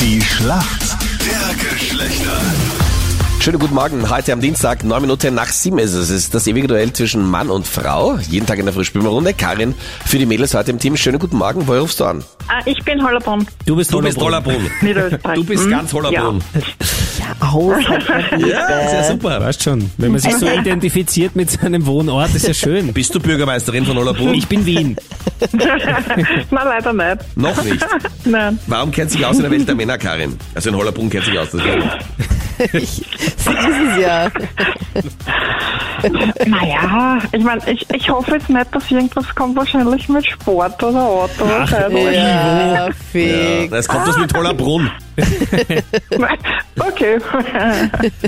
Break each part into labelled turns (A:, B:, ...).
A: Die Schlacht der Geschlechter.
B: Schönen guten Morgen. Heute am Dienstag, neun Minuten nach sieben ist es. Es ist das ewige Duell zwischen Mann und Frau. Jeden Tag in der Frühspielrunde. Karin, für die Mädels heute im Team. Schönen guten Morgen. Woher rufst du an?
C: Ah, ich bin Hollerbrunn,
D: Du bist
E: Du bist Hollerbrunn.
C: Niederösterreich.
E: Du bist
C: Hm?
E: ganz
D: Mhm.
E: Hollerbrunn.
F: Auf.
E: Ja, ist ja super.
D: Weißt schon, wenn man sich so identifiziert mit seinem Wohnort, ist ja schön.
E: Bist du Bürgermeisterin von Hollerbrunn?
D: Ich bin Wien.
C: Ja. Na, leider nicht.
E: Noch nicht.
C: Nein.
E: Warum kennt sich aus in der Welt der Männer, Karin? Also in Hollerbrunn kennt sich aus. Das ist
F: So ist es ja.
C: Naja, ich meine, ich, ich hoffe jetzt nicht, dass irgendwas kommt, wahrscheinlich mit Sport oder Auto. Ach,
F: Ja,
D: Äh,
F: fix.
E: ja, es kommt das mit Hollerbrunn.
C: Okay.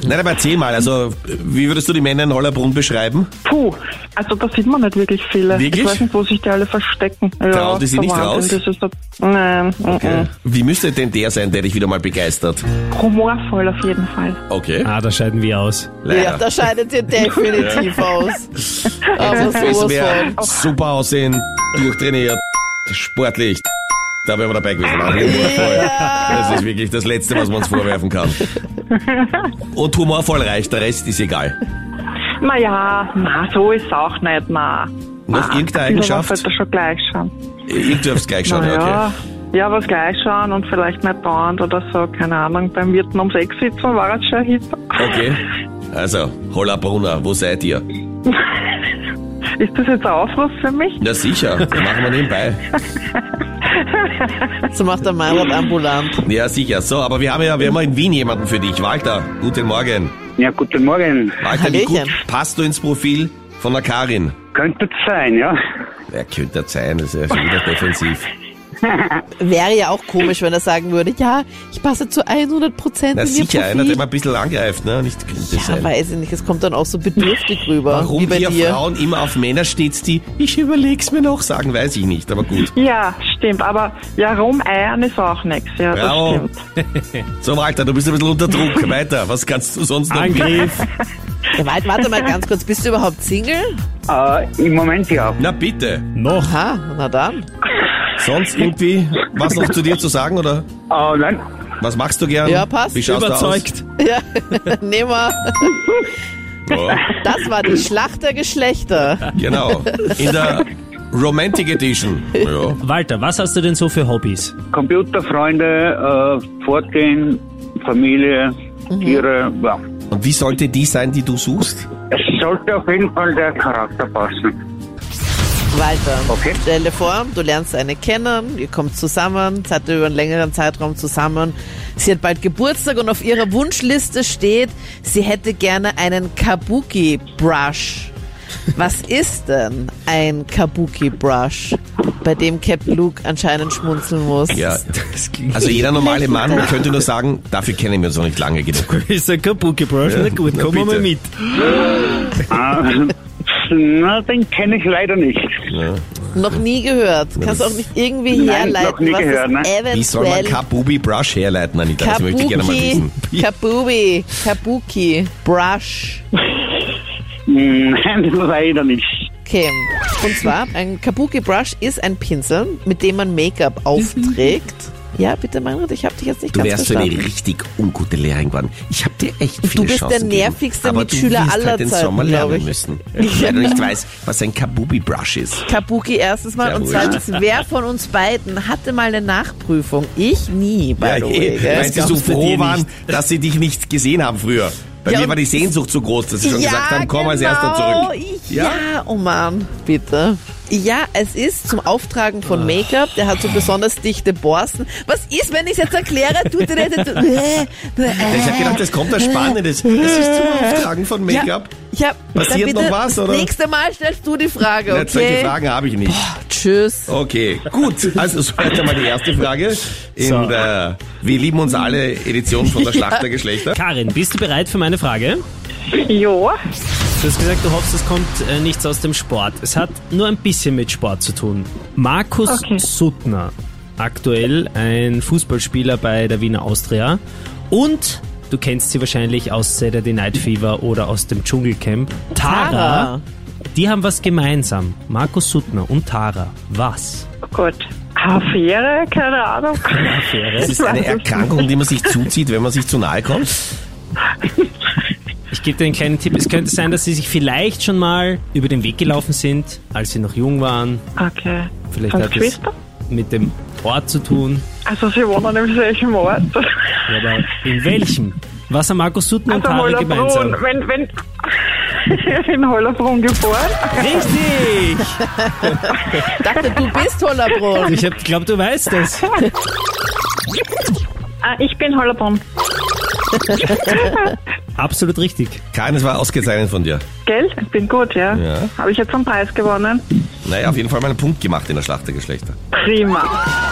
E: Nein, aber erzähl mal, also wie würdest du die Männer in Hollerbrunn beschreiben?
C: Puh, also da sieht man nicht wirklich viele.
E: Wirklich?
C: Ich weiß nicht, wo sich die alle verstecken. Ja,
E: Trauen die sich
C: der
E: nicht
C: Wahnsinn,
E: raus?
C: Das ist so, nein, mm,
D: Äh.
C: okay.
E: Wie müsste denn der sein, der dich wieder mal begeistert?
C: mm. humorvoll auf jeden Fall.
E: Okay.
D: Ah, da scheiden wir aus.
F: Ja, da scheidet ihr definitiv aus. Aber
E: Es
F: sowas
E: wäre
F: von.
E: super aussehen, durchtrainiert, sportlich. Da wären wir dabei gewesen. Auf jeden Fall. Das ist wirklich das Letzte, was man uns vorwerfen kann. Und humorvoll reicht, der Rest ist egal.
C: Naja, na, so ist es auch nicht, na.
E: Noch irgendeine
C: Ah, Ich
E: Eigenschaft?
C: sollte schon gleich schauen.
E: Ihr dürft gleich schauen,
C: Naja,
E: okay.
C: ja, was gleich schauen und vielleicht nicht dauernd oder so, keine Ahnung. Beim Wirten um sechs sitzen war es schon hip.
E: Okay. Also, Hollabrunner, wo seid ihr?
C: Ist das jetzt ein Aufruf für mich?
E: Na sicher, machen wir nebenbei.
F: So macht der Meinrad ambulant.
E: Ja, sicher. So, aber wir haben ja, wir haben ja in Wien jemanden für dich. Walter, guten Morgen.
G: Ja, guten Morgen.
E: Walter, wie gut
F: Hallöchen.
E: passt du ins Profil von der Karin?
G: Könnte sein, ja?
E: Wer könnte das sein? Das ist ja schon wieder defensiv.
F: Wäre ja auch komisch, wenn er sagen würde, ja, ich passe zu 100 Prozent
E: Na
F: in ihr
E: sicher, einer, der
F: Profil.
E: mal ein bisschen angreift, ne? Nicht könnte
F: Ja,
E: sein.
F: weiß ich nicht, es kommt dann auch so bedürftig rüber, wie
E: Warum
F: bei
E: ihr
F: dir.
E: Frauen immer auf Männer steht, die ich überleg's mir noch sagen, weiß ich nicht, aber gut.
C: Ja, stimmt. Aber ja, rumeiern ist auch nichts. Ja, das
E: Bravo.
C: stimmt.
E: So, Walter, du bist ein bisschen unter Druck. Weiter, was kannst du sonst noch?
D: Angriff.
F: Ja, warte, warte mal ganz kurz, bist du überhaupt Single?
G: Äh, Im Moment ja.
E: Na bitte,
D: Noch.
F: Ha, na dann.
E: sonst irgendwie was noch zu dir zu sagen oder
G: Äh, nein,
E: was machst du gern?
F: Ja, passt.
E: Wie schaust
D: Überzeugt.
F: Ja, nehmen wir.
E: du aus? Ja,
F: Das war die Schlacht der Geschlechter.
E: genau, in der Romantic Edition. Ja.
D: Walter, was hast du denn so für Hobbys?
G: Computerfreunde, äh, Fortin, Familie, Tiere, ja.
E: Und wie sollte die sein, die du suchst?
G: Es sollte auf jeden Fall der Charakter passen.
F: Walter,
G: Okay.
F: stell dir vor, du lernst eine kennen, ihr kommt zusammen, seid über einen längeren Zeitraum zusammen. Sie hat bald Geburtstag und auf ihrer Wunschliste steht, sie hätte gerne einen Kabuki-Brush. Was ist denn ein Kabuki-Brush, bei dem Captain Luke anscheinend schmunzeln muss?
E: Ja, also jeder normale Mann könnte nur sagen, dafür kennen wir uns noch nicht lange genug.
D: Ist ein kaputt gebrochen. Na gut,
E: na
D: komm mal
E: bitte.
D: mit.
G: Äh, na, den kenne ich leider nicht.
F: Noch nie gehört. Kannst auch nicht irgendwie
G: Nein,
F: herleiten,
G: noch nie
F: was
G: gehört, ne?
F: es eventuell
E: Wie soll man Kabubi Brush herleiten, Anita? Das möchte ich gerne mal
F: Kabuki,
E: wissen.
F: Kabuki, Kabuki, Brush.
G: Nein, Hm, leider nicht.
F: Okay. Und zwar, ein Kabuki Brush ist ein Pinsel, mit dem man Make-up aufträgt. Ja, bitte, Meinrad, ich habe dich jetzt nicht
E: Mhm. Du
F: ganz
E: wärst so eine
F: verstanden.
E: richtig ungute Lehrerin geworden. Ich habe dir echt viele
F: bist
E: Chancen
F: der
E: gegeben.
F: nervigste
E: Aber
F: Mitschüler
E: du wirst
F: aller
E: halt den
F: Zeiten,
E: Sommer
F: glaub
E: lernen
F: ich.
E: müssen. Weil du nicht weißt, was ein Kabubi Brush ist.
F: Kabuki erstens mal
E: Sehr
F: und
E: ruhig.
F: zweitens, wer von uns beiden hatte mal eine Nachprüfung? Ich nie, by the way.
E: eh, weil
F: Gell?
E: sie so
D: glaubst du
E: froh
D: dir
E: waren, dass sie dich nicht gesehen haben früher. Bei
F: Ja,
E: mir
F: und-
E: war die Sehnsucht so groß, dass sie schon
F: ja,
E: gesagt haben, komm
F: genau.
E: als erster zurück.
F: Ich,
E: Ja.
F: ja. oh Mann, bitte. Ja, es ist zum Auftragen
E: Ah.
F: von Make-up, der hat so besonders dichte Borsten. Was ist, wenn ich es jetzt erkläre? Tut dir das- äh,
E: Ich habe gedacht, das kommt das Spannendes. Es ist zum Auftragen von Make-up.
F: Ja,
E: Passiert
F: dann bitte,
E: noch was, oder?
F: Nächstes Mal stellst du die Frage, okay?
E: Na, Solche Fragen habe ich nicht.
F: Tschüss.
E: Okay, gut. Also so jetzt einmal die erste Frage. In
D: So.
E: der Wir lieben uns alle Edition von der Schlacht der Geschlechter.
D: Karin, bist du bereit für meine Frage?
C: Ja,
D: Du hast gesagt, du hoffst, es kommt äh, nichts aus dem Sport. Es hat nur ein bisschen mit Sport zu tun. Markus
C: Okay.
D: Suttner, aktuell ein Fußballspieler bei der Wiener Austria. Und du kennst sie wahrscheinlich aus Saturday Night Fever oder aus dem Dschungelcamp. Tara,
F: Tara.
D: die haben was gemeinsam. Markus Suttner und Tara. Was?
C: gut. Affäre? Keine Ahnung.
B: Das
D: Affäre.
B: ist eine Erkrankung, die man sich zuzieht, wenn man sich zu nahe kommt.
D: Ich gebe dir einen kleinen Tipp. Es könnte sein, dass sie sich vielleicht schon mal über den Weg gelaufen sind, als sie noch jung waren.
C: Okay.
D: Vielleicht
C: Von
D: hat es
C: Geschwister?
D: mit dem Ort zu tun.
C: Also sie wohnen im selben Ort. Also,
D: Aber in welchem? Was haben Markus Sutten und
C: Also
D: Tare gemeinsam?
C: Hollerbrunn. Wenn, wenn... in Hollerbrunn geboren.
D: Richtig!
F: Dachte, du bist Hollerbrunn.
D: Ich glaube, du weißt das.
C: Ah, ich bin Hollerbrunn.
D: Absolut richtig.
E: Karin, es war ausgezeichnet von dir.
C: Gell? Ich bin gut, ja?
E: Ja.
C: Habe ich jetzt einen Preis gewonnen?
E: Naja, auf jeden Fall mal einen Punkt gemacht in der Schlacht der Geschlechter.
C: Prima.